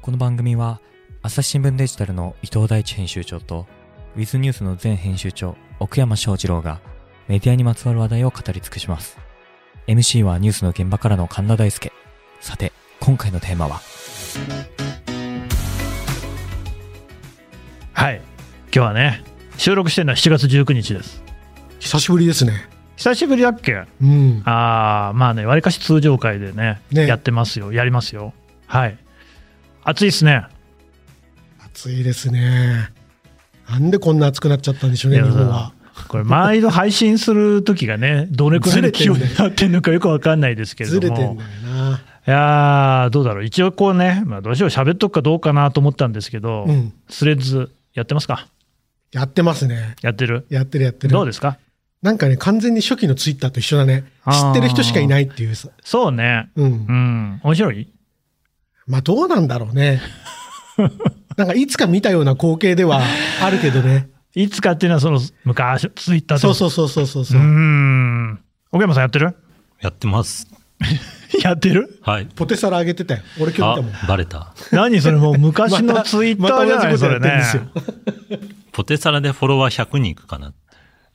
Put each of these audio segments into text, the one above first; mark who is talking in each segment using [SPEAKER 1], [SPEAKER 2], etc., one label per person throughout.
[SPEAKER 1] この番組は朝日新聞デジタルの伊藤大地編集長とウィズニュースの前編集長奥山翔二郎がメディアにまつわる話題を語り尽くします MC はニュースの現場からの神田大輔さて今回のテーマは
[SPEAKER 2] はい今日はね収録してるのは7月19日です
[SPEAKER 3] 久しぶりですね。
[SPEAKER 2] 久しぶりだっけ
[SPEAKER 3] うん。
[SPEAKER 2] ああまあねわりかし通常会でね
[SPEAKER 3] ね
[SPEAKER 2] やってますよやりますよはい暑いですね
[SPEAKER 3] 暑いですね。なんでこんな暑くなっちゃったんでしょうね、
[SPEAKER 2] い
[SPEAKER 3] 日
[SPEAKER 2] や
[SPEAKER 3] 本は。
[SPEAKER 2] これ毎度配信する時がねどれくらいの気温
[SPEAKER 3] ずれてんだ
[SPEAKER 2] に
[SPEAKER 3] よ
[SPEAKER 2] な ってるのかよくわかんないですけれ
[SPEAKER 3] ず
[SPEAKER 2] ど
[SPEAKER 3] れてんだよ
[SPEAKER 2] も
[SPEAKER 3] な。
[SPEAKER 2] いやーどうだろう一応こうね、まあ、どうしよう喋っとくかどうかなと思ったんですけど、
[SPEAKER 3] うん。
[SPEAKER 2] スレッズやってますか
[SPEAKER 3] やってますね。
[SPEAKER 2] やってる
[SPEAKER 3] やってるやってる。
[SPEAKER 2] どうですか
[SPEAKER 3] なんかね、完全に初期のツイッターと一緒だね。
[SPEAKER 2] あ
[SPEAKER 3] 知
[SPEAKER 2] ー
[SPEAKER 3] ってる人しかいないっていうさ。
[SPEAKER 2] そうね
[SPEAKER 3] う。
[SPEAKER 2] うんん面白い
[SPEAKER 3] まあどうなんだろ うね。なんかいつか見たような光景ではあるけどね。
[SPEAKER 2] いつかっていうのはその昔ツイッター
[SPEAKER 3] そう
[SPEAKER 2] と
[SPEAKER 3] そうそうそうそう
[SPEAKER 2] う
[SPEAKER 3] そ
[SPEAKER 2] ー
[SPEAKER 3] う。
[SPEAKER 2] ん。奥山さんやってる
[SPEAKER 4] やってます。
[SPEAKER 2] やってる
[SPEAKER 4] はい。
[SPEAKER 3] ポテサラ上げてたよ。俺今
[SPEAKER 4] あ
[SPEAKER 3] 日見たもん。、
[SPEAKER 4] バレた。
[SPEAKER 2] 何 それもう昔
[SPEAKER 3] ま
[SPEAKER 2] の
[SPEAKER 3] た
[SPEAKER 2] ツイッターじゃない、
[SPEAKER 3] また同じこと
[SPEAKER 2] そ
[SPEAKER 3] や
[SPEAKER 2] れ
[SPEAKER 3] ってる
[SPEAKER 2] ね
[SPEAKER 3] んですよ。
[SPEAKER 4] ポテサラでフォロワー100人い くかな。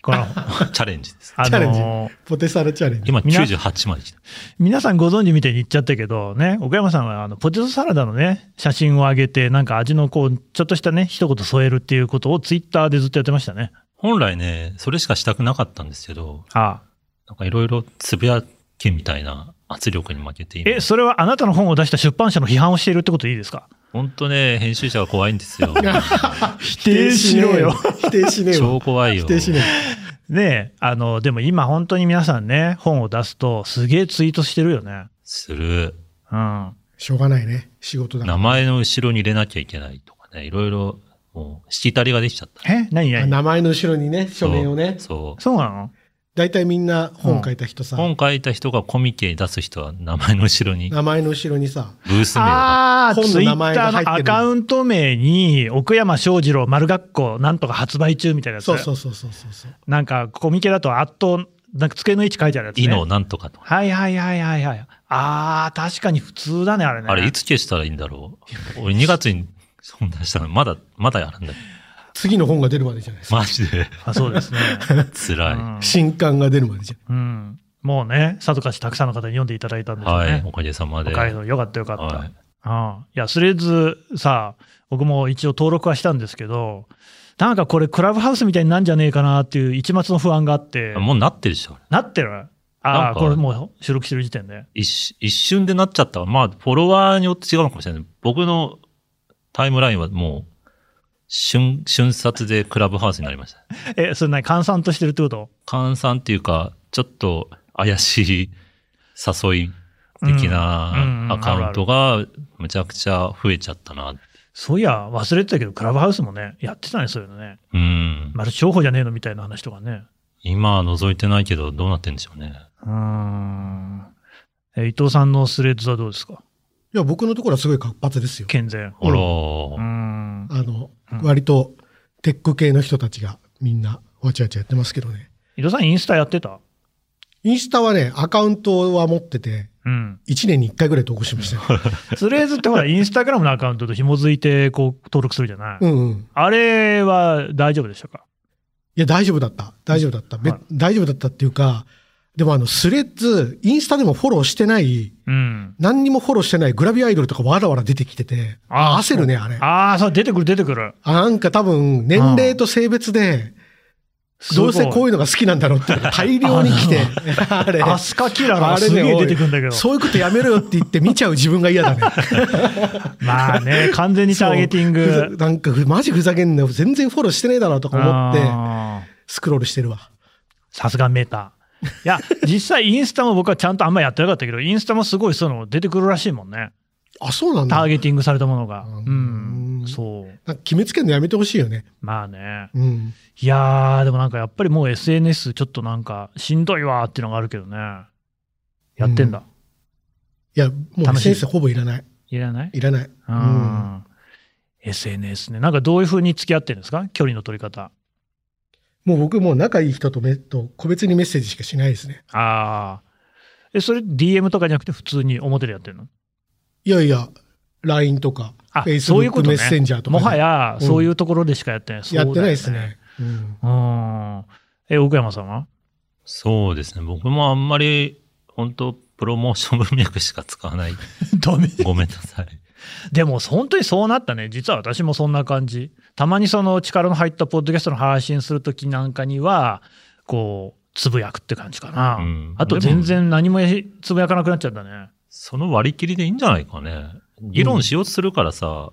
[SPEAKER 2] こ の、
[SPEAKER 4] チャレンジです。
[SPEAKER 2] あ
[SPEAKER 3] チャレンジ
[SPEAKER 2] のー
[SPEAKER 3] ポテサラチャレンジ。
[SPEAKER 4] 今
[SPEAKER 2] みんな
[SPEAKER 4] 98まで来た。
[SPEAKER 2] 皆さんご存知みたいに言っちゃったけどね、奥山さんはあのポテトサラダのね、写真を上げて、なんか味のこう、ちょっとしたね、一言添えるっていうことをツイッターでずっとやってましたね。
[SPEAKER 4] 本来ね、それしかしたくなかったんですけど、
[SPEAKER 2] ああ
[SPEAKER 4] なんかいろいろつぶやけみたいな圧力に負けて今
[SPEAKER 2] え、それはあなたの本を出した出版社の批判をしているってことでいいですか
[SPEAKER 4] ほんとね、編集者は怖いんですよ。
[SPEAKER 2] 否
[SPEAKER 3] 否定しねえよ。。否定しね えよ。
[SPEAKER 4] 超怖いよ
[SPEAKER 3] 否。定しねえ。
[SPEAKER 2] ねえ、あの、でも今本当に皆さんね、本を出すと、すげえツイートしてるよね。
[SPEAKER 4] する。
[SPEAKER 2] うん。
[SPEAKER 3] しょうがないね。仕事だから
[SPEAKER 4] 名前の後ろに入れなきゃいけないとかね、いろいろ、もう、しきたりができちゃった。
[SPEAKER 2] え何
[SPEAKER 3] あ
[SPEAKER 2] 何
[SPEAKER 3] 名前の後ろにね、
[SPEAKER 4] そ
[SPEAKER 3] 書
[SPEAKER 4] う
[SPEAKER 3] 面をね。
[SPEAKER 4] そう。
[SPEAKER 2] そうなの
[SPEAKER 3] 大体みんな本書いた人さ、
[SPEAKER 4] 本書いた人がコミケに出す人は名前の後ろに
[SPEAKER 3] 名前の後ろにさ、
[SPEAKER 4] ブース名を
[SPEAKER 2] ああ、
[SPEAKER 3] 本
[SPEAKER 2] ツ
[SPEAKER 3] の
[SPEAKER 2] イ
[SPEAKER 3] 名
[SPEAKER 2] ッ
[SPEAKER 3] 前
[SPEAKER 2] タ
[SPEAKER 3] が入
[SPEAKER 2] ー
[SPEAKER 3] って
[SPEAKER 2] の
[SPEAKER 3] る
[SPEAKER 2] アカウント名に、奥山翔二郎丸学校なんとか発売中みたいなやつ。
[SPEAKER 3] そうそうそうそうそうそう。
[SPEAKER 2] なんか、コミケだと、あっと、なんか机の位置書いてあるやつ、ね。
[SPEAKER 4] イノなんとかとか。
[SPEAKER 2] はいはいはいはいはい。ああ、確かに普通だね、あれね。
[SPEAKER 4] あれ、いつ消したらいいんだろう。俺、2月に本出したの、まだ、まだやるんだよ。
[SPEAKER 3] 次の本が出るまでじゃないですか。
[SPEAKER 4] マジで、
[SPEAKER 2] あそうですね。う
[SPEAKER 4] 辛
[SPEAKER 2] ん
[SPEAKER 3] 新刊が出るまでじゃ
[SPEAKER 2] うん。もうね、さぞかしたくさんの方に読んでいただいたんで
[SPEAKER 4] い。
[SPEAKER 2] すよ
[SPEAKER 4] は
[SPEAKER 2] ね。
[SPEAKER 4] い、おかげさまで。
[SPEAKER 2] おかげのよかったよかった。
[SPEAKER 4] はい
[SPEAKER 2] ああいや、スレッズさ、僕も一応登録はしたんですけど、なんかこれ、クラブハウスみたいになんじゃねえかなっていう一末の不安があって、
[SPEAKER 4] もうなってるでしょ。
[SPEAKER 2] なってるあ
[SPEAKER 4] な
[SPEAKER 2] あ、
[SPEAKER 4] んか
[SPEAKER 2] これもう収録してる時点で。
[SPEAKER 4] 一瞬一瞬でなっちゃった。まあ、フォロワーによって違うのかもしれない。僕のタイムラインはもう、瞬、瞬殺でクラブハウスになりました。
[SPEAKER 2] え、それ何、閑散としてるってこと
[SPEAKER 4] 換算っていうか、ちょっと怪しい誘い的
[SPEAKER 2] うんう
[SPEAKER 4] なんアカウントが、むちゃくちゃ増えちゃったな。
[SPEAKER 2] そういや、忘れてたけど、クラブハウスもね、やってたね、そういうのね。
[SPEAKER 4] うん。
[SPEAKER 2] マルチ商法じゃねえのみたいな話とかね。
[SPEAKER 4] 今は覗いてないけど、どうなってんでしょうね。
[SPEAKER 2] うーん。え、伊藤さんのスレッズはどうですか
[SPEAKER 3] ん。いや、僕のところはすごい活発ですよ。
[SPEAKER 2] 健全。
[SPEAKER 4] あら
[SPEAKER 2] う
[SPEAKER 4] ー、
[SPEAKER 2] ーん。
[SPEAKER 3] あの、
[SPEAKER 2] うん
[SPEAKER 3] 割とテック系の人たちがみんなわちゃわちゃやってますけどね。
[SPEAKER 2] 伊藤さん、インスタやってた
[SPEAKER 3] インスタはね、アカウントは持ってて、
[SPEAKER 2] うん。
[SPEAKER 3] 1年に1回ぐらい投稿しましたよ。
[SPEAKER 2] スレーズってほら、インスタグラムのアカウントと紐づいて、こう、登録するじゃない、
[SPEAKER 3] うんうん。
[SPEAKER 2] あれは大丈夫でしたか
[SPEAKER 3] いや、大丈夫だった。大丈夫だった。べ
[SPEAKER 2] はい
[SPEAKER 3] 大丈夫だったっていうか、でもあの、スレッズ、インスタでもフォローしてない
[SPEAKER 2] うん。
[SPEAKER 3] 何にもフォローしてないグラビアアイドルとかわらわら出てきてて、
[SPEAKER 2] あー
[SPEAKER 3] 焦るね、あれ。あ
[SPEAKER 2] ああ、そう、出てくる、出てくる。
[SPEAKER 3] なんか多分、年齢と性別で、どうせこういうのが好きなんだろうって、大量に来て、 あれ。
[SPEAKER 2] アスカキラが
[SPEAKER 3] あれ
[SPEAKER 2] す
[SPEAKER 3] ね
[SPEAKER 2] げえ
[SPEAKER 3] おい
[SPEAKER 2] 出てくるんだけ ど。
[SPEAKER 3] そういうことやめろよって言って見ちゃう自分が嫌だね。
[SPEAKER 2] まあ ね、完全にターゲティン
[SPEAKER 3] そうふざ
[SPEAKER 2] グ。
[SPEAKER 3] なんかふ、マジふざけんなよ。全然フォローしてねえだろうとか思って、
[SPEAKER 2] あー
[SPEAKER 3] スクロールしてるわ。
[SPEAKER 2] さすがメーター。いや、実際インスタも僕はちゃんとあんまやってなかったけど、インスタもすごいそういうの出てくるらしいもんね。
[SPEAKER 3] あ、そうなん
[SPEAKER 2] タ
[SPEAKER 3] だ
[SPEAKER 2] ー。ゲティングされたものが。
[SPEAKER 3] う
[SPEAKER 2] うん
[SPEAKER 3] ん。
[SPEAKER 2] そう。
[SPEAKER 3] なんか決めつけるのやめてほしいよね。
[SPEAKER 2] まあね。
[SPEAKER 3] うん。
[SPEAKER 2] いやー、でもなんかやっぱりもう SNS ちょっとなんかしんどいわーっていうのがあるけどね。やってんだ。
[SPEAKER 3] いや、もう
[SPEAKER 2] 楽しい
[SPEAKER 3] 先生ほぼいらない。
[SPEAKER 2] いらない
[SPEAKER 3] いらない。
[SPEAKER 2] う
[SPEAKER 3] うん
[SPEAKER 2] ん。SNS ね。なんかどういうふうに付き合ってるんですか距離の取り方。
[SPEAKER 3] もう僕もう仲いい人とめと個別にメッセージしかしないですね。
[SPEAKER 2] ああ。え、それ DM とかじゃなくて普通に表でやってるの
[SPEAKER 3] いやいや、 LINE とか、
[SPEAKER 2] あ
[SPEAKER 3] Facebook
[SPEAKER 2] そういうことね
[SPEAKER 3] メッセンジャーと
[SPEAKER 2] も
[SPEAKER 3] かね、
[SPEAKER 2] はや、
[SPEAKER 3] うん
[SPEAKER 2] そういうところでしかやってない。
[SPEAKER 3] やってないで
[SPEAKER 2] そ
[SPEAKER 3] す
[SPEAKER 2] うだよ
[SPEAKER 3] ね。。うん
[SPEAKER 2] うん。え、奥山さん は
[SPEAKER 4] そうですね。僕もあんまり、本当プロモーション文脈しか使 わない。
[SPEAKER 2] ダメ。
[SPEAKER 4] ごめんなさい。
[SPEAKER 2] でも本当にそうなったね。実は私もそんな感じ。たまにその力の入ったポッドキャストの配信するときなんかには、こう、つぶやくって感じかな。
[SPEAKER 4] うん
[SPEAKER 2] あと全然何もつぶやかなくなっちゃったね。
[SPEAKER 4] その割り切りでいいんじゃないかね。議論しようとするからさ、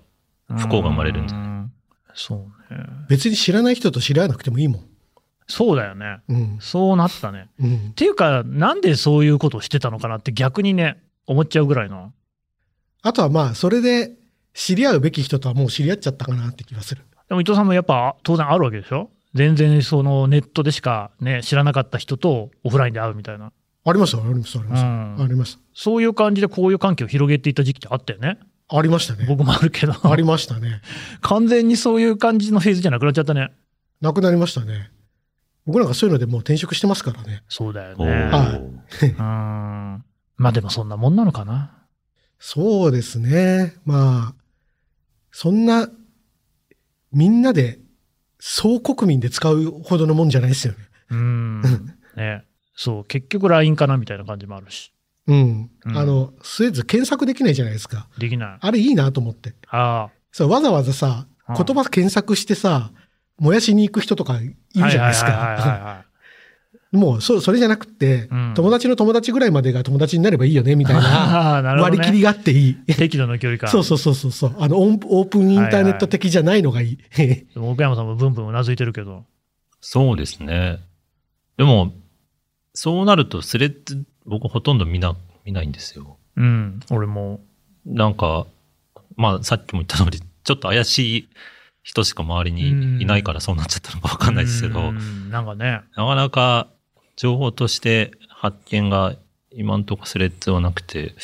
[SPEAKER 4] 不幸が生まれるんじゃ
[SPEAKER 2] ないそうね。
[SPEAKER 3] 別に知らない人と知り合わなくてもいいもん。
[SPEAKER 2] そうだよね。
[SPEAKER 3] うん
[SPEAKER 2] そうなったね。
[SPEAKER 3] うん
[SPEAKER 2] っていうか、なんでそういうことをしてたのかなって逆にね、思っちゃうぐらいの。
[SPEAKER 3] あとはまあ、それで知り合うべき人とはもう知り合っちゃったかなって気がする。
[SPEAKER 2] でも伊藤さんもやっぱ当然あるわけでしょ全然そのネットでしかね、知らなかった人とオフラインで会うみたいな。
[SPEAKER 3] ありました、ありました、あり
[SPEAKER 2] う
[SPEAKER 3] ました。
[SPEAKER 2] ん
[SPEAKER 3] ありまし
[SPEAKER 2] そういう感じで交友関係を広げていった時期ってあったよね。
[SPEAKER 3] た。ありましたね。
[SPEAKER 2] 僕もあるけど。
[SPEAKER 3] ありましたね。
[SPEAKER 2] 完全にそういう感じのフェーズじゃなくなっちゃったね。
[SPEAKER 3] なくなりましたね。僕なんかそういうのでもう転職してますからね。
[SPEAKER 2] そうだよ
[SPEAKER 4] お
[SPEAKER 2] ね。
[SPEAKER 3] は
[SPEAKER 4] ー
[SPEAKER 2] うん。まあでもそんなもんなのかな。
[SPEAKER 3] そうですね。まあ、そんな、みんなで、総国民で使うほどのもんじゃないですよね。
[SPEAKER 2] うん。ね。そう、結局 LINE かなみたいな感じもあるし。
[SPEAKER 3] うん。
[SPEAKER 2] うん
[SPEAKER 3] あの、スエズ検索できないじゃないですか。
[SPEAKER 2] できない。
[SPEAKER 3] あれいいなと思って。
[SPEAKER 2] あ
[SPEAKER 3] そう、わざわざさ、
[SPEAKER 2] あ。
[SPEAKER 3] 言葉検索してさ、燃やしに行く人とかいるじゃないです
[SPEAKER 2] はいはいはいはい
[SPEAKER 3] か。
[SPEAKER 2] はいはい
[SPEAKER 3] もうそ、それじゃなくて、
[SPEAKER 2] うん
[SPEAKER 3] 友達の友達ぐらいまでが友達になればいいよね、 みたいな。
[SPEAKER 2] ああ、なるほど、
[SPEAKER 3] 割
[SPEAKER 2] ね。
[SPEAKER 3] り切りがあっていい。
[SPEAKER 2] 適度な距離感。
[SPEAKER 3] そうそうそうそうそう。あの、オンオープンインターネット的じゃないのがいい。
[SPEAKER 2] でも奥山さんもブンブンうなずいてるけど。
[SPEAKER 4] そうですね。でも、そうなると、スレッズ、僕ほとんど見な、見ないんですよ。
[SPEAKER 2] うん。俺も。
[SPEAKER 4] なんか、まあ、さっきも言った通り、ちょっと怪しい人しか周りにいないからそうなっちゃったのかわかんないですけど、
[SPEAKER 2] う
[SPEAKER 4] なか
[SPEAKER 2] んなんかね。
[SPEAKER 4] なか情報として発見が今んとこスレッズはなくて、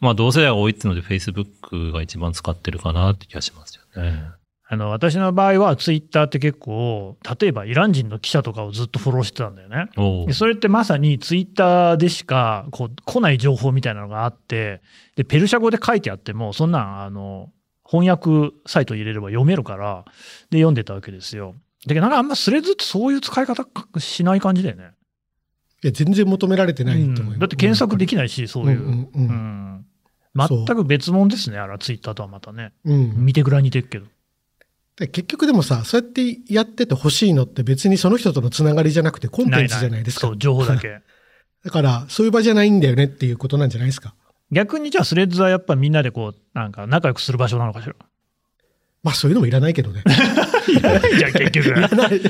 [SPEAKER 4] まあ、同世代が多いっていうので、Facebook が一番使ってるかなって気がしますよね。
[SPEAKER 2] あの、私の場合はツイッターって結構、例えばイラン人の記者とかをずっとフォローしてたんだよね。
[SPEAKER 4] お
[SPEAKER 2] でそれってまさにツイッターでしかこう来ない情報みたいなのがあってでペルシャ語で書いてあってもそんなんあの翻訳サイト入れれば読めるからで読んでたわけですよ。だけどなんかあんまスレッズってそういう使い方かしない感じだよね。
[SPEAKER 3] いや、全然求められてないと思います。
[SPEAKER 2] うんだって検索できないし、そういう。
[SPEAKER 3] うんうんう
[SPEAKER 2] うんん全く別物ですね、あら、ツイッターとはまたね。
[SPEAKER 3] うん
[SPEAKER 2] 見てぐらい似てるけど。
[SPEAKER 3] で結局でもさ、そうやってやってて欲しいのって別にその人とのつながりじゃなくてコンテンツじゃないですか。
[SPEAKER 2] そう、情報だ け。
[SPEAKER 3] だから、そういう場じゃないんだよねっていうことなんじゃないですか。
[SPEAKER 2] 逆にじゃあ、スレッズはやっぱみんなでこう、なんか仲良くする場所なのかし ら。
[SPEAKER 3] まあそういうのもいらないけどね。
[SPEAKER 2] いらないじゃん、結局。
[SPEAKER 3] いらない。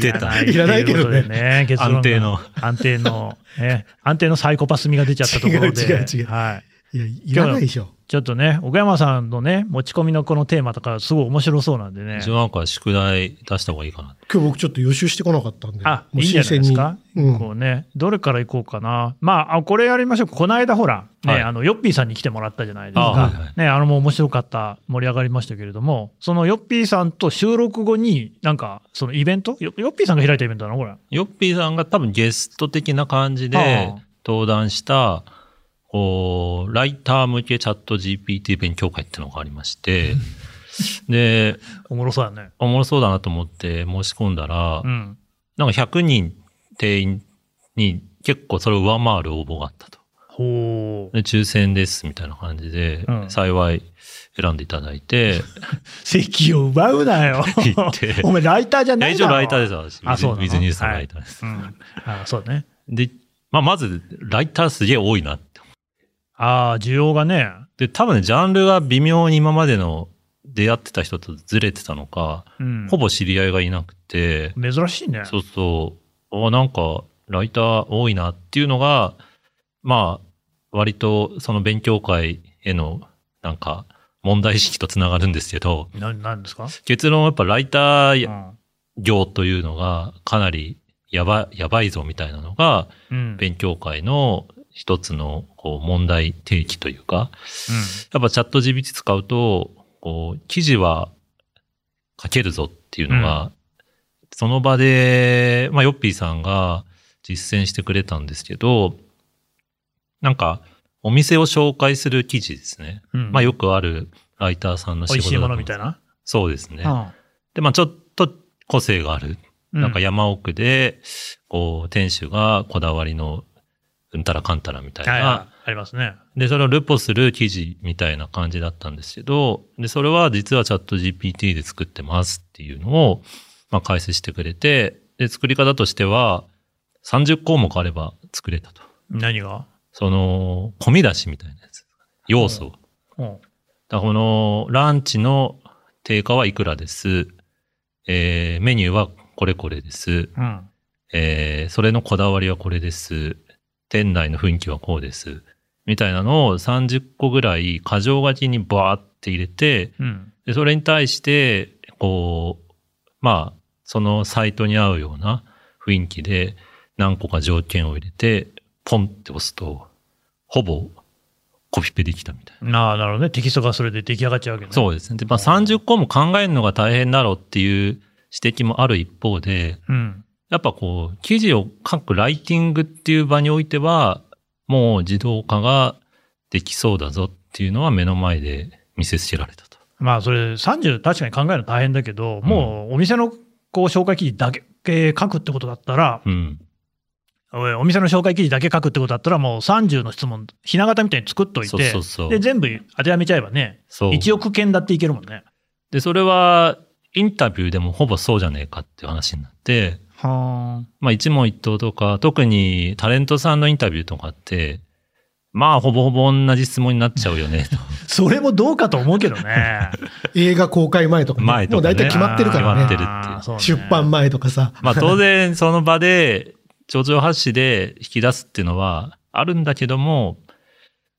[SPEAKER 4] 出た。
[SPEAKER 3] いらないけどね
[SPEAKER 2] っていうことでね結論が
[SPEAKER 4] 安定の。
[SPEAKER 2] 安定の、ね、安定のサイコパス味が出ちゃったところで。
[SPEAKER 3] 違う違う違う
[SPEAKER 2] はい。
[SPEAKER 3] いや、いらないでしょ。
[SPEAKER 2] ちょっとね、岡山さんのね、持ち込みのこのテーマとか、すごい面白そうなんでね。
[SPEAKER 4] 一応なんか宿題出した方がいいかな。
[SPEAKER 3] 今日僕ちょっと予習してこなかったんで。
[SPEAKER 2] あ、
[SPEAKER 3] も
[SPEAKER 2] いういんじゃない
[SPEAKER 3] 新鮮
[SPEAKER 2] です
[SPEAKER 3] に。
[SPEAKER 2] か、
[SPEAKER 3] うん
[SPEAKER 2] こうね、どれからいこうかな。まあ、あこれやりましょう。この間ほら、ね、
[SPEAKER 4] はい
[SPEAKER 2] あの、ヨッピーさんに来てもらったじゃないです
[SPEAKER 4] あ
[SPEAKER 2] か。
[SPEAKER 4] はいはい
[SPEAKER 2] ね、あの、もう面白かった、盛り上がりましたけれども、そのヨッピーさんと収録後に、なんか、そのイベントヨヨッピーさんが開いたイベントなのこれ。
[SPEAKER 4] ヨッピーさんが多分ゲスト的な感じで
[SPEAKER 2] ああ
[SPEAKER 4] 登壇した、こう、ライター向けチャット GPT 勉強会っていうのがありまして、で、
[SPEAKER 2] おもろそうだね。
[SPEAKER 4] おもろそうだなと思って申し込んだら、
[SPEAKER 2] うん。
[SPEAKER 4] なんか100人定員に結構それを上回る応募があったと。
[SPEAKER 2] ほう。
[SPEAKER 4] で抽選ですみたいな感じで、
[SPEAKER 2] うん
[SPEAKER 4] 幸い選んでいただ いて、
[SPEAKER 2] 席を奪うなよ
[SPEAKER 4] 言って。
[SPEAKER 2] お前、ライターじゃ
[SPEAKER 4] い
[SPEAKER 2] な
[SPEAKER 4] や
[SPEAKER 2] い。
[SPEAKER 4] 一応ライターですす私。
[SPEAKER 2] あそうなの
[SPEAKER 4] ウィズニュースのライターです。
[SPEAKER 2] うん。あそうだね。
[SPEAKER 4] で、まあ、まず、ライターすげえ多いなって。
[SPEAKER 2] ああ、需要がね。
[SPEAKER 4] で、多分ね、ジャンルが微妙に今までの出会ってた人とずれてたのか、
[SPEAKER 2] うん。
[SPEAKER 4] ほぼ知り合いがいなくて、
[SPEAKER 2] 珍しいね。
[SPEAKER 4] そうそう、あなんか、ライター多いなっていうのが、まあ、割とその勉強会への、なんか、問題意識とつながるんですけど、
[SPEAKER 2] ななんですか
[SPEAKER 4] 結論はやっぱライタ
[SPEAKER 2] う
[SPEAKER 4] ー
[SPEAKER 2] ん
[SPEAKER 4] 業というのがかなりやばやばいぞみたいなのが、
[SPEAKER 2] うん。
[SPEAKER 4] 勉強会の一つのこう問題提起というか、
[SPEAKER 2] うん
[SPEAKER 4] やっぱチャット GPT 使うと、こう、記事は書けるぞっていうのが、その場で、まあ、ヨッピーさんが実践してくれたんですけど、なんか、お店を紹介する記事ですね。
[SPEAKER 2] うん
[SPEAKER 4] まあよくあるライターさんの仕
[SPEAKER 2] 美
[SPEAKER 4] 事
[SPEAKER 2] 味しいものみ
[SPEAKER 4] い
[SPEAKER 2] たいな。
[SPEAKER 4] そうですね。
[SPEAKER 2] あ
[SPEAKER 4] で、まあちょっと個性がある。
[SPEAKER 2] あ
[SPEAKER 4] なんか山奥で、こう、店主がこだわりのうんたらかんたらみたい
[SPEAKER 2] はいはい
[SPEAKER 4] な。
[SPEAKER 2] ありますね。
[SPEAKER 4] で、それをルポする記事みたいな感じだったんですけど、で、それは実はチャット GPT で作ってますっていうのを、まあ解説してくれて、で、作り方としては、30項目あれば作れたと。
[SPEAKER 2] 何が
[SPEAKER 4] その、込み出しみたいなやつ。要素を。
[SPEAKER 2] うん
[SPEAKER 4] だからこのランチの定価はいくらです。えーメニューはこれこれです。
[SPEAKER 2] うん。
[SPEAKER 4] えーそれのこだわりはこれです。店内の雰囲気はこうです。みたいなのを30個ぐらい箇条書きにバーって入れて、
[SPEAKER 2] うん。
[SPEAKER 4] でそれに対して、こう、まあ、そのサイトに合うような雰囲気で何個か条件を入れて、ポンって押すと、ほぼコピペできたみたいな。
[SPEAKER 2] ああ、なるほどね。テキストがそれで出来上がっちゃうわけね。
[SPEAKER 4] そうですね。で、まあ、30項も考えるのが大変だろうっていう指摘もある一方で、
[SPEAKER 2] うん。
[SPEAKER 4] やっぱこう、記事を書くライティングっていう場においては、もう自動化ができそうだぞっていうのは目の前で見せつけられたと。
[SPEAKER 2] まあ、それ30、確かに考えるの大変だけど、もうお店のこう紹介記事だけ書くってことだったら、
[SPEAKER 4] うん。
[SPEAKER 2] おいお店の紹介記事だけ書くってことだったら、もう30の質問、ひな形みたいに作っといて、
[SPEAKER 4] そうそうそう
[SPEAKER 2] で、全部当てはめちゃえばね、
[SPEAKER 4] そう。
[SPEAKER 2] 1億件だっていけるもんね。
[SPEAKER 4] で、それは、インタビューでもほぼそうじゃねえかっていう話になって、
[SPEAKER 2] は
[SPEAKER 4] まあ一問一答とか、特にタレントさんのインタビューとかって、まあほぼほぼ同じ質問になっちゃうよね、と。
[SPEAKER 2] それもどうかと思うけどね。
[SPEAKER 3] 映画公開前とかね、
[SPEAKER 4] 前と
[SPEAKER 3] も
[SPEAKER 4] か
[SPEAKER 3] う
[SPEAKER 4] ね
[SPEAKER 3] 大体決まってるからね。
[SPEAKER 4] 決まってるっていう
[SPEAKER 2] あーそうね
[SPEAKER 3] 出版前とかさ。
[SPEAKER 4] まあ当然その場で、頂上発信で引き出すっていうのはあるんだけども、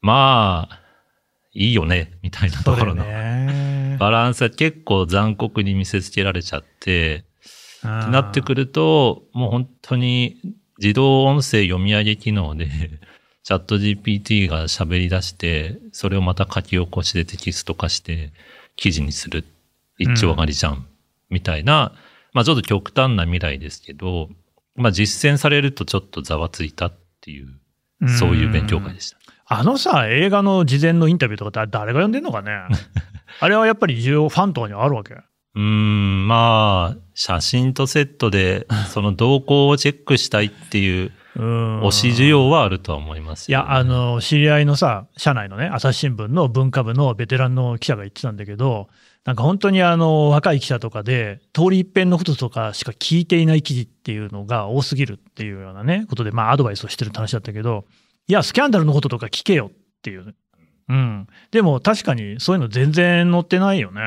[SPEAKER 4] まあ、いいよね、みたいなところの
[SPEAKER 2] そうだよね。
[SPEAKER 4] バランスは結構残酷に見せつけられちゃって、ってなってく
[SPEAKER 2] る。
[SPEAKER 4] ると、もう本当に自動音声読み上げ機能で、 チャット GPT が喋り出して、それをまた書き起こしでテキスト化して、記事にする。一丁上がりじゃん。みたいな、まあちょっと極端な未来ですけど、まあ実践されるとちょっとざわついたっていう、そういう勉強会でした。
[SPEAKER 2] あのさ、映画の事前のインタビューとかだ誰が読んでんの かねあれはやっぱり需要、ファンとかにはあるわけ。
[SPEAKER 4] うーん、まあ、写真とセットで、その動向をチェックしたいってい
[SPEAKER 2] う
[SPEAKER 4] う、
[SPEAKER 2] ん
[SPEAKER 4] 推し需要はあるとは思います
[SPEAKER 2] い
[SPEAKER 4] よ
[SPEAKER 2] や、あの、知り合いのさ、社内のね、朝日新聞の文化部のベテランの記者が言ってたんだけど、なんか本当にあの、若い記者とかで、通り一遍のこととかしか聞いていない記事っていうのが多すぎるっていうようなね、ことで、まあアドバイスをしてるって話だったけど、いや、スキャンダルのこととか聞けよっていう。うん。でも確かにそういうの全然載ってないよね。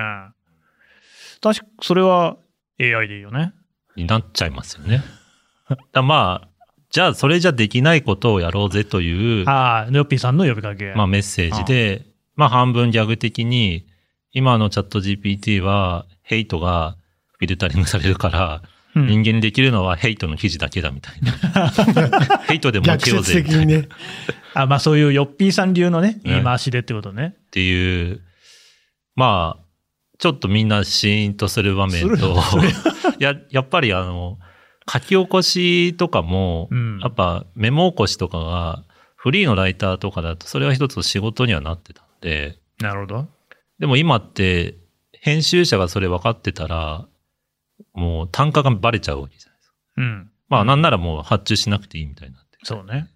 [SPEAKER 2] 確か、それは AI でいいよね。
[SPEAKER 4] になっちゃいますよね。だまあ、じゃあそれじゃできないことをやろうぜという、
[SPEAKER 2] ああ、ヨッピーさんの呼びかけ。
[SPEAKER 4] まあ、メッセージで、まあ半分ギャグ的に、今のチャット GPT はヘイトがフィルタリングされるから、
[SPEAKER 2] うん
[SPEAKER 4] 人間にできるのはヘイトの記事だけだみたいな。 ヘイトでも受
[SPEAKER 3] 逆
[SPEAKER 4] けよう
[SPEAKER 3] 説
[SPEAKER 4] ぜみ
[SPEAKER 3] 的
[SPEAKER 4] たい
[SPEAKER 3] に
[SPEAKER 4] なっ
[SPEAKER 3] ね。
[SPEAKER 2] あまあそういうヨッピーさん流のね、
[SPEAKER 4] うん
[SPEAKER 2] 言い回しでってことね。
[SPEAKER 4] ていう、まあ、ちょっとみんなシーンとする場面
[SPEAKER 2] する
[SPEAKER 4] と、や、やっぱりあの、書き起こしとかも、
[SPEAKER 2] うん
[SPEAKER 4] やっぱメモ起こしとかが、フリーのライターとかだと、それは一つの仕事にはなってたんで、
[SPEAKER 2] なるほど。
[SPEAKER 4] でも今って、編集者がそれ分かってたら、もう単価がバレちゃうわけじゃないですか。
[SPEAKER 2] うん。
[SPEAKER 4] まあなんならもう発注しなくていいみたいになってる。
[SPEAKER 2] そうね。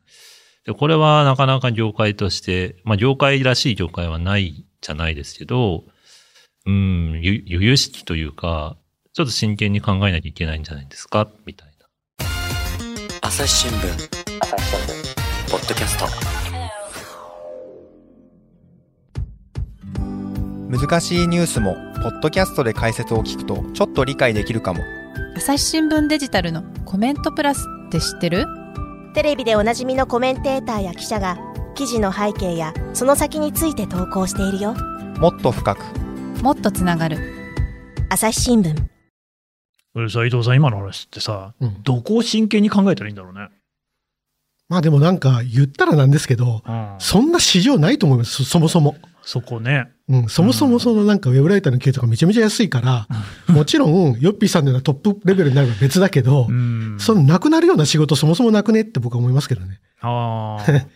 [SPEAKER 4] で、これはなかなか業界として、まあ業界らしい業界はないじゃないですけど、うん、ゆ余裕式というか、ちょっと真剣に考えなきゃいけないんじゃないですか、みたいな。
[SPEAKER 5] 朝日新聞ポッドキャスト
[SPEAKER 6] 難しいニュースもポッドキャストで解説を聞くとちょっと理解できるかも
[SPEAKER 7] 朝日新聞デジタルのコメントプラスって知ってる
[SPEAKER 8] テレビでおなじみのコメンテーターや記者が記事の背景やその先について投稿しているよ
[SPEAKER 6] もっと深く
[SPEAKER 7] もっとつながる
[SPEAKER 8] 朝日新聞
[SPEAKER 2] 俺さ、伊藤さん、今の話ってさ、
[SPEAKER 3] うん
[SPEAKER 2] どこを真剣に考えたらいいんだろうね。
[SPEAKER 3] まあでもなんか言ったらなんですけど、
[SPEAKER 2] そ
[SPEAKER 3] そんな市場ないと思います、そそもそも。
[SPEAKER 2] そこね。
[SPEAKER 3] うん、そもそうも
[SPEAKER 2] ん
[SPEAKER 3] そのなんかウェブライターの給料とかめちゃめちゃ安いから、もちろん、ヨッピーさんのようなトップレベルになれば別だけど
[SPEAKER 2] う、ん。
[SPEAKER 3] そのなくなるような仕事そもそもなくねって僕は思いますけどね。
[SPEAKER 2] あー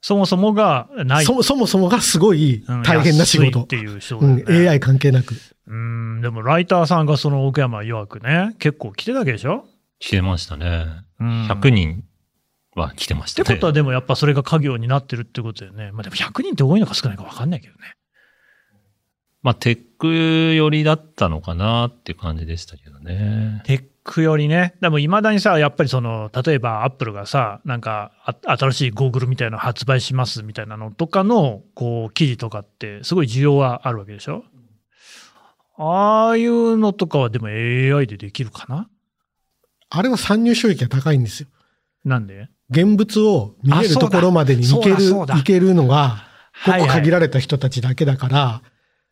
[SPEAKER 2] そもそもがない。
[SPEAKER 3] そもそもそもがすごい
[SPEAKER 2] うん
[SPEAKER 3] 大変な仕
[SPEAKER 2] 安いっ
[SPEAKER 3] 事
[SPEAKER 2] て。いう人だ
[SPEAKER 3] う
[SPEAKER 2] よ
[SPEAKER 3] ん
[SPEAKER 2] ね、、
[SPEAKER 3] AI 関係なく。
[SPEAKER 2] うん、でもライターさんがその奥山曰くね、結構来てたわけでしょ
[SPEAKER 4] 来てましたね。
[SPEAKER 2] うん
[SPEAKER 4] 100人は来てまし
[SPEAKER 2] ったて
[SPEAKER 4] ね。
[SPEAKER 2] ことはでもやっぱそれが家業になってるってことだよね。まあでも100人って多いのか少ないか分かんないけどね。
[SPEAKER 4] まあ、テック寄りだったのかなっていう感じでしたけどね。
[SPEAKER 2] テックよりね。でもいまだにさ、やっぱりその、例えばアップルがさ、なんかあ新しいゴーグルみたいなの発売しますみたいなのとかの、こう、記事とかって、すごい需要はあるわけでしょああいうのとかはでも AI でできるかな
[SPEAKER 3] あれは参入収益が高いんですよ。
[SPEAKER 2] なんで
[SPEAKER 3] 現物を見
[SPEAKER 2] あ
[SPEAKER 3] える
[SPEAKER 2] そうだ
[SPEAKER 3] ところまでに行ける、
[SPEAKER 2] そうだそうだ
[SPEAKER 3] 行けるのが、ごく限
[SPEAKER 2] ら
[SPEAKER 3] られた人たちだけだから、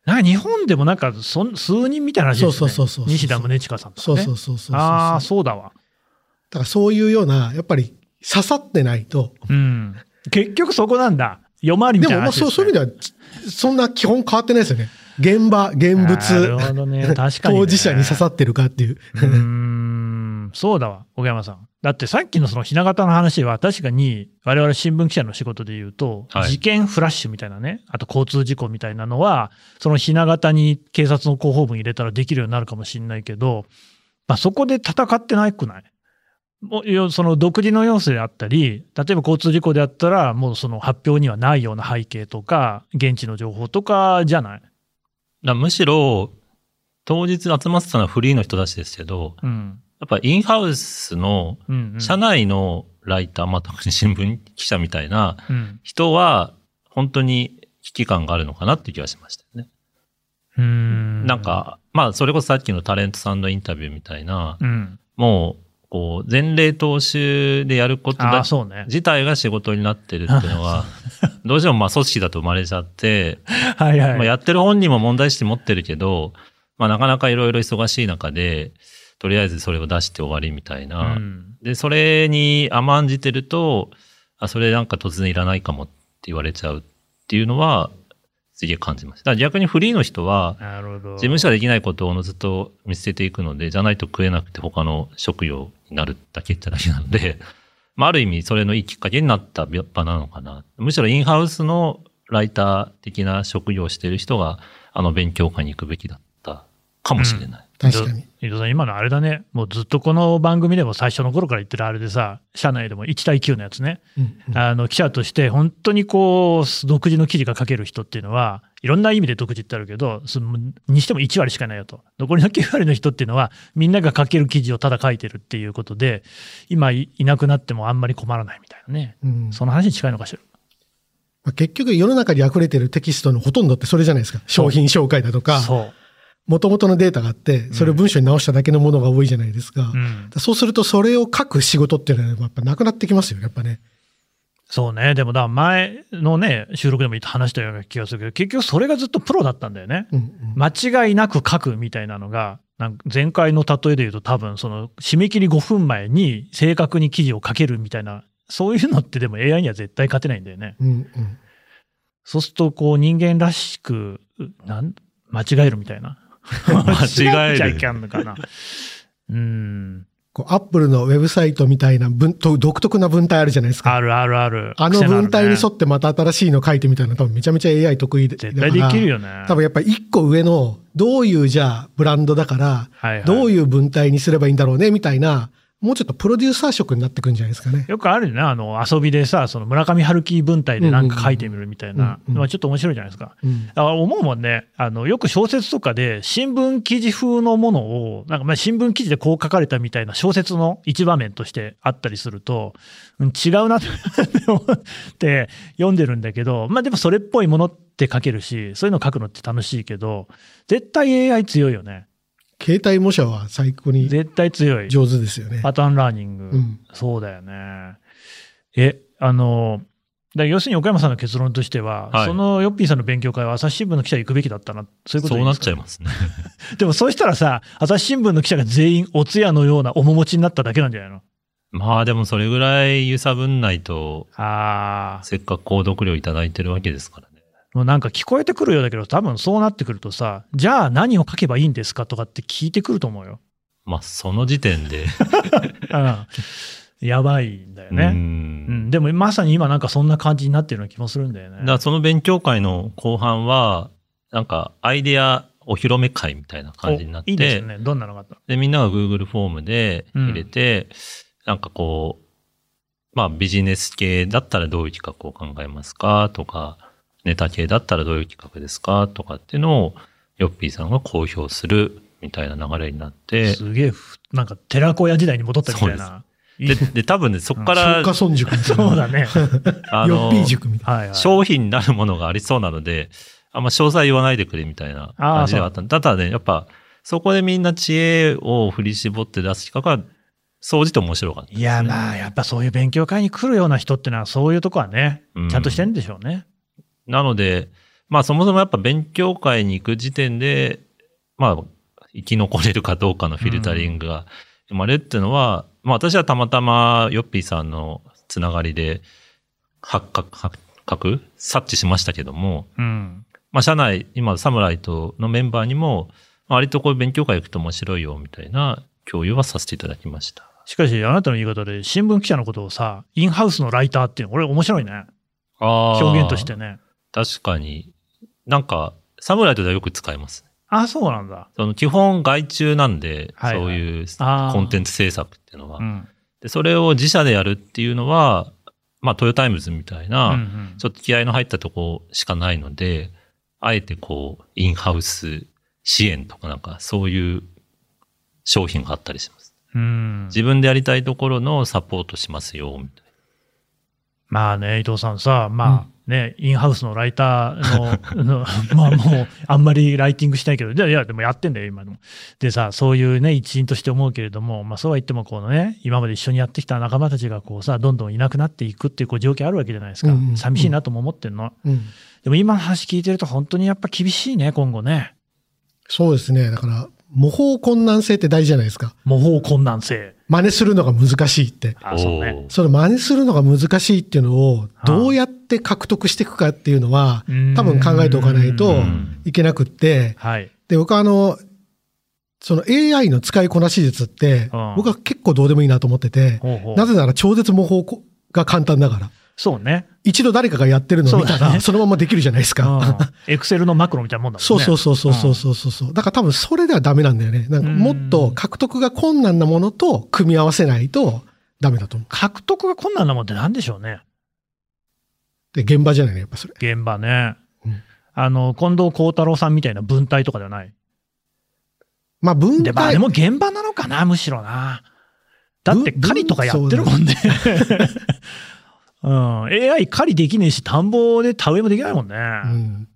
[SPEAKER 2] なんか日本でもなんかそん、数人みたいな話ですよね。
[SPEAKER 3] そうそうそうそう
[SPEAKER 2] 西田宗近さんとか
[SPEAKER 3] そ
[SPEAKER 2] ね。
[SPEAKER 3] うそうそうそうそう。
[SPEAKER 2] ああ、そうだわ。
[SPEAKER 3] だからそういうような、やっぱり刺さってないと。
[SPEAKER 2] うん。結局そこなんだ。夜回りみ
[SPEAKER 3] で
[SPEAKER 2] たい
[SPEAKER 3] も
[SPEAKER 2] な
[SPEAKER 3] まあ
[SPEAKER 2] 話
[SPEAKER 3] そうそういう
[SPEAKER 2] で
[SPEAKER 3] 意味では、そんな基本変わってないですよね。現場、現物、
[SPEAKER 2] すねなるほどね。確かに、ね。
[SPEAKER 3] 当事者に刺さってるかっていう。
[SPEAKER 2] うーんそうだわ、小山さん。だってさっきのその雛形の話は、確かに我々新聞記者の仕事で言うと、
[SPEAKER 4] はい
[SPEAKER 2] 事件フラッシュみたいなね、あと交通事故みたいなのは、その雛形に警察の広報文入れたらできるようになるかもしれないけど、まあ、そこで戦ってなくないもうよその独自の要素であったり、例えば交通事故であったら、もうその発表にはないような背景とか、現地の情報とかじゃない。
[SPEAKER 4] だむしろ、当日集まってたのはフリーの人たちですけど、
[SPEAKER 2] うん。
[SPEAKER 4] やっぱインハウスの
[SPEAKER 2] うん、うん。
[SPEAKER 4] 社内のライター、まあ特に新聞記者みたいな
[SPEAKER 2] うん。
[SPEAKER 4] 人は、本当に危機感があるのかなっていう気がしましたよね。
[SPEAKER 2] うーん。
[SPEAKER 4] なん、か、まあそれこそさっきのタレントさんのインタビューみたいな、
[SPEAKER 2] うん。
[SPEAKER 4] もう、こう、前例踏襲でやること
[SPEAKER 2] ああ
[SPEAKER 4] だ
[SPEAKER 2] ー、そうね。
[SPEAKER 4] 自体が仕事になってるっていうのは、どうしてもまあ組織だと生まれちゃって、
[SPEAKER 2] はいはい。
[SPEAKER 4] まあ、やってる本人も問題視持ってるけど、まあ、なかなかいろいろ忙しい中で、とりあえずそれを出して終わりみたいな。
[SPEAKER 2] うん
[SPEAKER 4] で、それに甘んじてると、あ、それなんか突然いらないかもって言われちゃうっていうのは、すげえ感じました。だから逆にフリーの人は、
[SPEAKER 2] なるほど。
[SPEAKER 4] 事務所ができないことをおのずと見捨てていくので、じゃないと食えなくて他の職業になるだけっちゃだけなので、 まあ、ある意味それのいいきっかけになった場なのかな。むしろインハウスのライター的な職業をしてる人が、あの勉強会に行くべきだったかもしれない。
[SPEAKER 3] 確かに。
[SPEAKER 2] 伊藤さん、今のあれだね。もうずっとこの番組でも最初の頃から言ってるあれでさ、社内でも1対9のやつね。
[SPEAKER 3] うん
[SPEAKER 2] あの、記者として本当にこう、独自の記事が書ける人っていうのは、いろんな意味で独自ってあるけど、そのにしても1割しかないよと。残りの9割の人っていうのは、みんなが書ける記事をただ書いてるっていうことで、今いいなくなってもあんまり困らないみたいなね。
[SPEAKER 3] うん
[SPEAKER 2] その話に近いのかしら。
[SPEAKER 3] まあ、結局世の中に溢れてるテキストのほとんどってそれじゃないですか。商品紹介だとか、
[SPEAKER 2] そ
[SPEAKER 3] 元々のデータがあって、それを文章に直しただけのものが多いじゃないですか。
[SPEAKER 2] う。うん。
[SPEAKER 3] そうするとそれを書く仕事っていうのはやっぱなくなってきますよね、やっぱね。
[SPEAKER 2] そうね、でもだ、前のね、収録でも話したような気がするけど、結局それがずっとプロだったんだよね。
[SPEAKER 3] うんうん
[SPEAKER 2] 間違いなく書くみたいなのが、なんか前回の例えで言うと、多分その締め切り5分前に正確に記事を書けるみたいな、そういうのってでも AI には絶対勝てないんだよね。
[SPEAKER 3] うんうん
[SPEAKER 2] そうすると、こう人間らしく、なん間違えるみたいな。
[SPEAKER 4] 間違える
[SPEAKER 2] ちゃいかんのかな。うん。
[SPEAKER 3] こうアップルのウェブサイトみたいな文と独特な文体あるじゃないですか。
[SPEAKER 2] あるあるある。
[SPEAKER 3] あの
[SPEAKER 2] 癖
[SPEAKER 3] 文体に
[SPEAKER 2] ね
[SPEAKER 3] 沿ってまた新しいの書いてみたいな多分めちゃめちゃ AI 得意で。
[SPEAKER 2] 絶対できるよね。
[SPEAKER 3] 多分やっぱり一個上のどういうじゃあブランドだから
[SPEAKER 2] はいはい
[SPEAKER 3] どういう文体にすればいいんだろうねみたいなもうちょっとプロデューサー色になってくんじゃないですかね。
[SPEAKER 2] よくあるよね、あの遊びでさ、その村上春樹文体でなんか書いてみるみたいな、
[SPEAKER 3] うんうんうんうん
[SPEAKER 2] まあちょっと面白いじゃないですか。
[SPEAKER 3] うん
[SPEAKER 2] あ思うもんねあの、よく小説とかで新聞記事風のものを、なんかまあ新聞記事でこう書かれたみたいな小説の一場面としてあったりすると、うん違うなって思って読んでるんだけど、まあでもそれっぽいものって書けるし、そういうの書くのって楽しいけど、絶対 AI 強いよね。
[SPEAKER 3] 携帯模写は最高に
[SPEAKER 2] 絶対強い。
[SPEAKER 3] 上手ですよね。
[SPEAKER 2] パターンラーニング。
[SPEAKER 3] うん
[SPEAKER 2] そうだよね。え、あの、だ要するに岡山さんの結論としては、
[SPEAKER 4] はい
[SPEAKER 2] そのヨッピーさんの勉強会は朝日新聞の記者行くべきだったな、そういうこと
[SPEAKER 4] そ
[SPEAKER 2] でいういで
[SPEAKER 4] なっ
[SPEAKER 2] すか
[SPEAKER 4] ちゃいますね。
[SPEAKER 2] でもそうしたらさ、朝日新聞の記者が全員お通夜のような面持ちになっただけなんじゃないの
[SPEAKER 4] まあでもそれぐらい揺さぶんないと、
[SPEAKER 2] ああ。
[SPEAKER 4] せっかく購読料いただいてるわけですからね。
[SPEAKER 2] もうなんか聞こえてくるようだけど、多分そうなってくるとさ、じゃあ何を書けばいいんですかとかって聞いてくると思うよ。
[SPEAKER 4] まあその時点で
[SPEAKER 2] うん。やばいんだよ
[SPEAKER 4] う
[SPEAKER 2] ね。うんん、でもまさに今なんかそんな感じになってるような気もするんだよね
[SPEAKER 4] だか。らその勉強会の後半は、なんかアイデアお披露目会みたいな感じになっ
[SPEAKER 2] お
[SPEAKER 4] て、
[SPEAKER 2] いいで
[SPEAKER 4] です
[SPEAKER 2] ね。どんなのがあった
[SPEAKER 4] みんなが Google フォームで入れて、なんかこう、まあビジネス系だったらどういう企画を考えますかとか、ネタ系だったらどういう企画ですかとかっていうのを、ヨッピーさんが公表するみたいな流れになって、
[SPEAKER 2] すげえふ、なんか寺子屋時代に戻ったみたいな。
[SPEAKER 4] で、で多分ね、そ こから、
[SPEAKER 3] 松下村塾みたいな。
[SPEAKER 2] そうだね。
[SPEAKER 4] あ
[SPEAKER 3] ヨッ
[SPEAKER 4] の
[SPEAKER 3] ピ、ー塾みたい
[SPEAKER 2] はい、はい。
[SPEAKER 4] 商品になるものがありそうなので、あんま詳細言わないでくれみたいな
[SPEAKER 2] あー
[SPEAKER 4] 感じではあった。ただね、やっぱ、そこでみんな知恵を振り絞って出す企画は、総じて面白かった。
[SPEAKER 2] いや、まあ、やっぱそういう勉強会に来るような人ってのは、そういうとこはね、
[SPEAKER 4] うん
[SPEAKER 2] ちゃんとしてるんでしょうね。
[SPEAKER 4] なので、まあそもそもやっぱ勉強会に行く時点で、まあ、生き残れるかどうかのフィルタリングが生まれるっていうのは、まあ私はたまたまヨッピーさんのつながりで、発覚、発覚察知しましたけども、
[SPEAKER 2] うん。
[SPEAKER 4] まあ、社内、今、サムライとのメンバーにも、まあ割とこういう勉強会行くと面白いよ、みたいな共有はさせていただきました。
[SPEAKER 2] しかし、あなたの言い方で、新聞記者のことをさ、インハウスのライターっていうの、これ面白いね。表現として。ね。
[SPEAKER 4] 確かに。なんか、サムライとではよく使いますね。
[SPEAKER 2] あ、そうなんだ。
[SPEAKER 4] その基本外注なんで、
[SPEAKER 2] はいはい
[SPEAKER 4] そういう
[SPEAKER 2] あー
[SPEAKER 4] コンテンツ制作っていうのは、
[SPEAKER 2] うん。
[SPEAKER 4] で。それを自社でやるっていうのは、まあ、トヨタイムズみたいな、
[SPEAKER 2] うんうん
[SPEAKER 4] ちょっと気合の入ったとこしかないので、あえてこう、インハウス支援とかなんか、そういう商品があったりします。
[SPEAKER 2] うん
[SPEAKER 4] 自分でやりたいところのサポートしますよ、みたい
[SPEAKER 2] まあね、伊藤さんさ、まあね、インハウスのライターの、の まあもう、あんまりライティングしないけど、いやいや、でもやってんだよ、今でも。でさ、そういうね、一員として思うけれども、まあそうは言っても、このね、今まで一緒にやってきた仲間たちが、こうさ、どんどんいなくなっていくっていう、こう、状況あるわけじゃないですか。
[SPEAKER 3] うんうん
[SPEAKER 2] 寂しいなとも思ってんの。
[SPEAKER 3] な。うん。
[SPEAKER 2] でも今の話聞いてると、本当にやっぱ厳しいね、今後ね。
[SPEAKER 3] そうですね。だから、模倣困難性って大事じゃないですか。
[SPEAKER 2] 模倣困難性。
[SPEAKER 3] 真似するのが難しいって。
[SPEAKER 4] な。
[SPEAKER 2] あ、そうね。
[SPEAKER 4] おー
[SPEAKER 3] その真似するのが難しいっていうのを、どうやって獲得していくかっていうのは、多分考えておかないと
[SPEAKER 2] うん
[SPEAKER 3] いけなくって、
[SPEAKER 2] はい。
[SPEAKER 3] で、僕はあの、その AI の使いこなし術って
[SPEAKER 2] うん、
[SPEAKER 3] 僕は結構どうでもいいなと思ってて、
[SPEAKER 2] ほうほう
[SPEAKER 3] なぜなら超絶模倣が簡単だから。
[SPEAKER 2] そうね。
[SPEAKER 3] 一度誰かがやってるのを見た
[SPEAKER 2] そうだね
[SPEAKER 3] ら、そのままできるじゃないですか。
[SPEAKER 2] エクセルのマクロみたいなもんだもんね。
[SPEAKER 3] そうそうそうそうそうそうそうそう。だから多分それではダメなんだよね。なんかもっと獲得が困難なものと組み合わせないとダメだと思
[SPEAKER 2] 獲得が困難なもんって何でしょうね、
[SPEAKER 3] う。で、現場じゃないね、やっぱそれ。
[SPEAKER 2] 現場ね。
[SPEAKER 3] うん
[SPEAKER 2] あの、近藤幸太郎さんみたいな文体とかではない。
[SPEAKER 3] まあ文
[SPEAKER 2] で、まあ
[SPEAKER 3] 体
[SPEAKER 2] でも現場なのかな、むしろな。だって
[SPEAKER 3] ぶん
[SPEAKER 2] 狩りとかやってるもんね。 うん。AI 狩りできねえし、田んぼで田植えもできないもんね。
[SPEAKER 3] う
[SPEAKER 2] っ
[SPEAKER 3] ん。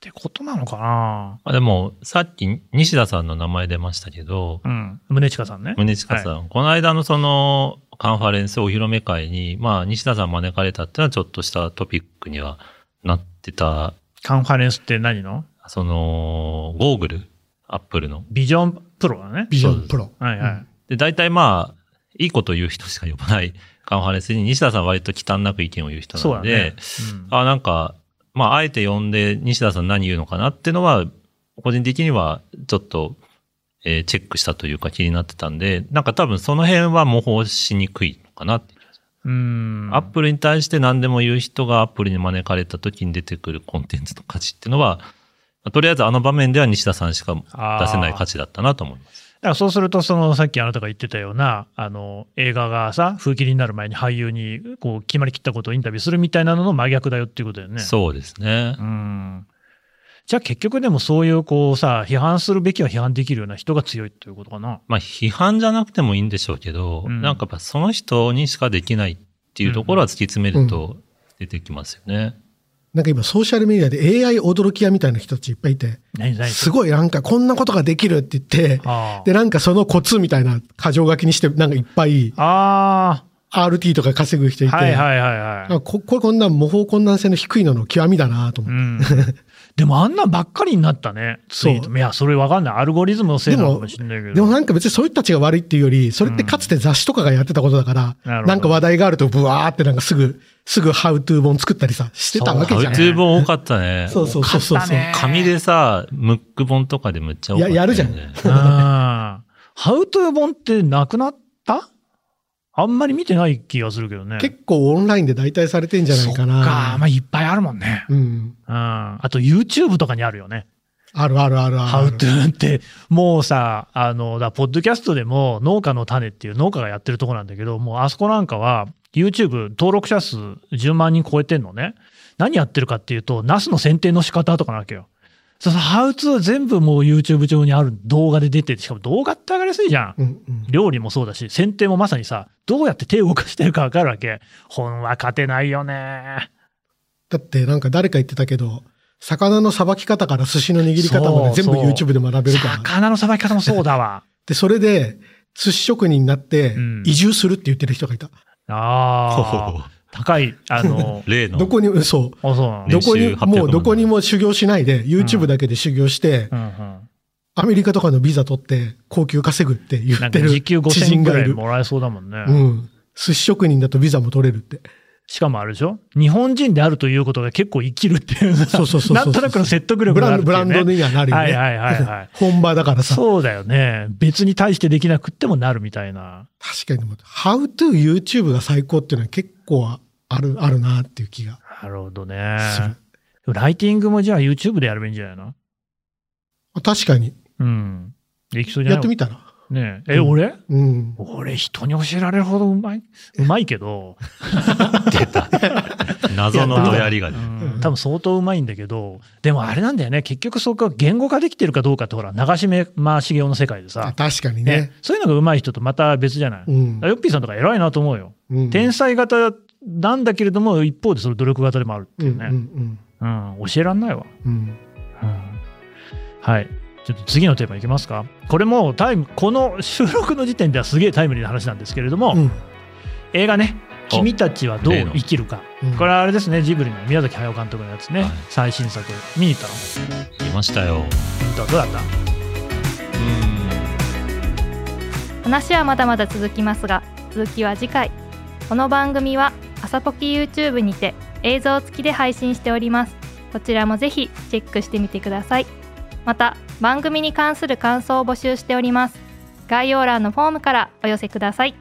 [SPEAKER 2] てことなのか
[SPEAKER 4] あでも、さっき西田さんの名前出ましたけど、
[SPEAKER 2] な。うん。宗近さんね。
[SPEAKER 4] 宗近さん、この間のそのカンファレンスお披露目会に、まあ、西田さん招かれたっていうのはちょっとしたトピックにはなってた、
[SPEAKER 2] カンファレンスって何の
[SPEAKER 4] その、ゴーグル、アップルの。
[SPEAKER 2] ビジョンプロだね。
[SPEAKER 3] ビジョンプロ。
[SPEAKER 2] はいはい。
[SPEAKER 4] で、大体まあ、いいこと言う人しか呼ばないカンファレンスに、西田さんは割と忌憚なく意見を言う人
[SPEAKER 2] そう
[SPEAKER 4] な
[SPEAKER 2] だ
[SPEAKER 4] の
[SPEAKER 2] ね
[SPEAKER 4] で、。あ、なんか、まあ、あえて呼んで西田さん何言うのかなってのは、個人的にはちょっと、えーチェックしたというか気になってたんで、なんか多分その辺は模倣しにくいのかなって。
[SPEAKER 2] うん。うん
[SPEAKER 4] アップルに対して何でも言う人がアップルに招かれた時に出てくるコンテンツの価値っていうのは、まあとりあえずあの場面では西田さんしか出せない価値だったなと思います。
[SPEAKER 2] だからそうすると、そのさっきあなたが言ってたような、あの、映画がさ、風切りになる前に俳優に、こう、決まりきったことをインタビューするみたいなのの真逆だよっていうことだよね。
[SPEAKER 4] そうですね
[SPEAKER 2] う。ん。じゃあ結局でもそういう、こうさ、批判するべきは批判できるような人が強いっていうことかな。
[SPEAKER 4] まあ批判じゃなくてもいいんでしょうけど、
[SPEAKER 2] うん
[SPEAKER 4] なんかやっぱその人にしかできないっていうところは突き詰めると出てきますよね。
[SPEAKER 3] なんか今ソーシャルメディアで AI 驚き屋みたいな人たちいっぱいいて、
[SPEAKER 2] 何何
[SPEAKER 3] すごいなんかこんなことができるって言って、
[SPEAKER 2] あ
[SPEAKER 3] で、なんかそのコツみたいな過剰書きにして、なんかいっぱい
[SPEAKER 2] あ。あ
[SPEAKER 3] RT とか稼ぐ人い
[SPEAKER 2] あ。
[SPEAKER 3] て、
[SPEAKER 2] はいはいはい
[SPEAKER 3] あ
[SPEAKER 2] はい。
[SPEAKER 3] ここれこんな模倣困難性の低いのの極みだなと
[SPEAKER 2] う
[SPEAKER 3] 思って。
[SPEAKER 2] ん。でもあんなんばっかりになったね。ツイート。いや、それわかんない。アルゴリズムのせいなのかもしれないけど。
[SPEAKER 3] でもなんか別にそういう人たちが悪いっていうより、それってかつて雑誌とかがやってたことだから、
[SPEAKER 2] うんなるほど
[SPEAKER 3] なんか話題があるとブワーってなんかすぐ、すぐハウトゥー本作ったりさ、してたわけ
[SPEAKER 4] ハウ
[SPEAKER 3] じ
[SPEAKER 4] ト
[SPEAKER 3] ゃん。
[SPEAKER 4] ゥー本多かったね。
[SPEAKER 3] そうそうそうそう
[SPEAKER 2] 多かったね
[SPEAKER 4] 紙でさ、ムック本とかでむっちゃ多かった、ね。、
[SPEAKER 3] ややるじゃん
[SPEAKER 2] うんハウトゥー本ってなくなったあんまり見てない気がするけどね。
[SPEAKER 3] 結構オンラインで代替されてんじゃないかな。
[SPEAKER 2] そっか、まあ、いっぱいあるもんね。
[SPEAKER 3] うん。
[SPEAKER 2] うん。あと YouTube とかにあるよね。
[SPEAKER 3] あるあるある
[SPEAKER 2] ハ
[SPEAKER 3] あ
[SPEAKER 2] ウ
[SPEAKER 3] る。
[SPEAKER 2] トゥーって、もうさ、あの、だポッドキャストでも農家の種っていう農家がやってるとこなんだけど、もうあそこなんかは YouTube 登録者数10万人超えてんのね。何やってるかっていうと、ナスの剪定の仕方とかなわけよ。そうそう、ハウツー全部もう YouTube 上にある動画で出てて、しかも動画って上がりやすいじゃん。
[SPEAKER 3] うんうん。
[SPEAKER 2] 料理もそうだし、剪定もまさにさ、どうやって手を動かしてるかわかるわけ。本は勝てないよね。
[SPEAKER 3] だってなんか誰か言ってたけど、魚のさばき方から寿司の握り方まで全部
[SPEAKER 2] そうそう
[SPEAKER 3] YouTube で学べるから。
[SPEAKER 2] 魚のさばき方もそうだ わ。
[SPEAKER 3] で、それで、寿司職人になって
[SPEAKER 2] うん、
[SPEAKER 3] 移住するって言ってる人がいた。
[SPEAKER 2] ああ。高い、あの
[SPEAKER 4] 例の
[SPEAKER 3] どこに、そう。
[SPEAKER 2] あ、そうなの、
[SPEAKER 3] どこに、
[SPEAKER 4] 年収800万
[SPEAKER 3] もうどこにも修行しないで、YouTube だけで修行して、
[SPEAKER 2] うんうん。
[SPEAKER 3] アメリカとかのビザ取って、高級稼ぐって言
[SPEAKER 2] なん
[SPEAKER 3] っ
[SPEAKER 2] か
[SPEAKER 3] てる
[SPEAKER 2] 時給
[SPEAKER 3] 知
[SPEAKER 2] 5000
[SPEAKER 3] 人
[SPEAKER 2] 円ぐ
[SPEAKER 3] がい
[SPEAKER 2] らい
[SPEAKER 3] る。
[SPEAKER 2] もらえそうだもんね。
[SPEAKER 3] うん。寿司職人だとビザも取れる って。
[SPEAKER 2] しかもあれでしょ日本人であるということが結構生きるっていうさ
[SPEAKER 3] そうそうそうそう
[SPEAKER 2] なんとなくの説得力
[SPEAKER 3] ブ
[SPEAKER 2] が
[SPEAKER 3] ラ
[SPEAKER 2] あ
[SPEAKER 3] ン
[SPEAKER 2] るっ
[SPEAKER 3] ド、
[SPEAKER 2] て
[SPEAKER 3] ブ
[SPEAKER 2] い
[SPEAKER 3] ラ
[SPEAKER 2] う、ね。
[SPEAKER 3] ンドにはなるよ
[SPEAKER 2] はい
[SPEAKER 3] ね。
[SPEAKER 2] はいはいはい。
[SPEAKER 3] 本場だからさ。
[SPEAKER 2] そうだよね。別に対してできなくってもなるみたいな。
[SPEAKER 3] 確かにでも、How to YouTube が最高っていうのは結構ある、あるなっていう気が
[SPEAKER 2] なるほどね。
[SPEAKER 3] する。
[SPEAKER 2] でもライティングもじゃあ YouTube でやればいいんじゃないの
[SPEAKER 3] 確かに。
[SPEAKER 2] うん。できそうじゃ
[SPEAKER 3] や
[SPEAKER 2] ない
[SPEAKER 3] ってみたら。
[SPEAKER 2] ねえ、え、
[SPEAKER 3] うん
[SPEAKER 2] 俺
[SPEAKER 3] うん。
[SPEAKER 2] 俺人に教えられるほどうまい。うまいけど、
[SPEAKER 4] 謎のどやりが
[SPEAKER 2] う
[SPEAKER 4] ね。
[SPEAKER 2] ん多分相当うまいんだけど、でもあれなんだよね。結局そこは言語化できてるかどうかってほら、長嶋茂雄の世界で
[SPEAKER 3] あ
[SPEAKER 2] さ、
[SPEAKER 3] 確かに
[SPEAKER 2] ね
[SPEAKER 3] ね。
[SPEAKER 2] そういうのがうまい人とまた別じゃない。
[SPEAKER 3] うん。
[SPEAKER 2] ヨッピーさんとか偉いなと思うよ。
[SPEAKER 3] うん
[SPEAKER 2] 天才型なんだけれども、一方でその努力型でもあるっていうね。
[SPEAKER 3] うんうん
[SPEAKER 2] うん、教えらんないわ。
[SPEAKER 3] うんうん。
[SPEAKER 2] うんはい。ちょっと次のテーマいきますか。これもうタイム、この収録の時点ではすげえタイムリーな話なんですけれども、
[SPEAKER 3] うん
[SPEAKER 2] 映画ね、
[SPEAKER 4] お
[SPEAKER 2] 君たちはどう
[SPEAKER 4] 例の
[SPEAKER 2] 生きるか。
[SPEAKER 3] うん
[SPEAKER 2] これはあれですね、ジブリの宮崎駿監督のやつね、
[SPEAKER 4] はい
[SPEAKER 2] 最新作、見に行ったの
[SPEAKER 4] いましたよ。
[SPEAKER 2] どうどうだった
[SPEAKER 9] 話はまだまだ続きますが続きは次回この番組は朝ポキ YouTube にて映像付きで配信しておりますこちらもぜひチェックしてみてくださいまた番組に関する感想を募集しております概要欄のフォームからお寄せください